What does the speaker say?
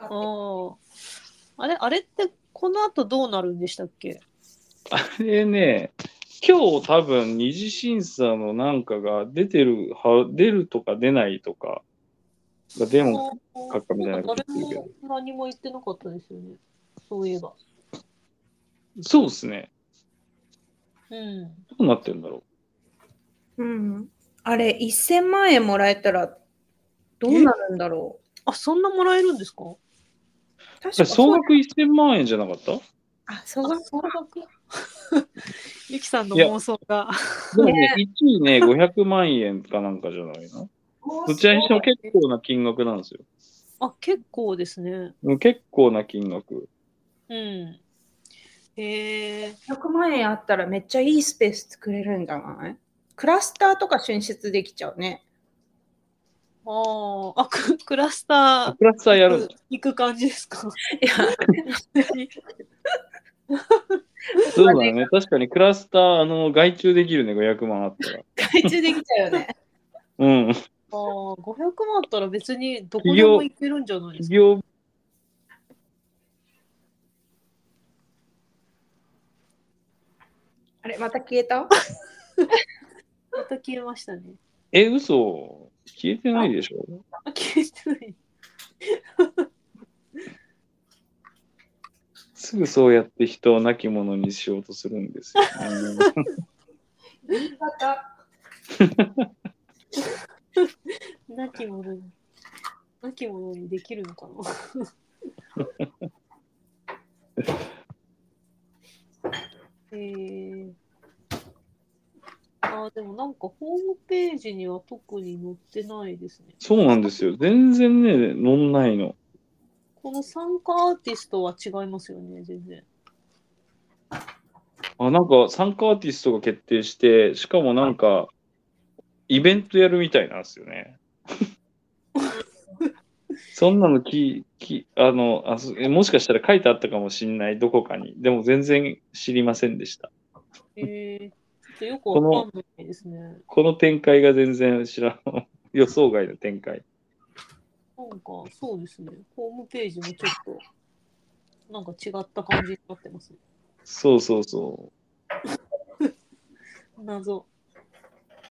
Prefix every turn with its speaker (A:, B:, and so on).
A: あって
B: ああれあれってこの後どうなるんでしたっけ
C: あれね、今日多分二次審査のなんかが出てる、は出るとか出ないとか、がデモ、書くかみたいなこと
B: 誰
C: 言ってるけど
B: も何も言ってなかったですよね。そういえば。
C: そうですね。
B: うん。
C: どうなってるんだろ
A: うん、あれ1000万円もらえたらどうなるんだろ
B: あ、そんなもらえるんですか
A: う
C: う。え
A: 確か
C: 総額1000万円じゃなかった
A: あ総額
B: 総 額ゆきさんの
C: いや
B: 妄想が。
C: でもね、1位ね、500万円かなんかじゃないのどちらにしても結構な金額なんですよ。
B: あ、結構ですね。
C: うん結構な金額。
B: うん。へえ。
A: 100万円あったらめっちゃいいスペース作れるんじゃないクラスターとか進出できちゃうね。
B: あーあ、ククラスター。
C: クラスターやるんです
B: 行く感じです か。
A: いや、
C: そうだね。確かにクラスター、あの、外注できるね、500万あったら。
A: 外注できちゃうよね。
C: うん。
B: ああ、500万あったら別にどこでも行けるんじゃないです
C: 企
B: か。
C: 業
A: あれ、また消えた
B: また消えましたね。
C: え、嘘消えてないでしょ
B: あ、消えてない。
C: すぐそうやって人を亡き者にしようとするんですよ、ね。
A: また。
B: なきものに。なきものにできるのかな。 えー、あーでもなんかホームページには特に載ってないですね。
C: そうなんですよ。全然ね、飲んないの。
B: この参加アーティストは違いますよね、全然。
C: あ、なんか参加アーティストが決定して、しかもなんか、イベントやるみたいなんですよね。そんなのききあのあそえもしかしたら書いてあったかもしんない、どこかに。でも全然知りませんでした。
B: えー、ちょっとよくわかんないですね。
C: この展開が全然知らん。予想外の展開。
B: なんかそうですね、ホームページもちょっと、なんか違った感じになってます。
C: そうそうそう。
B: 謎。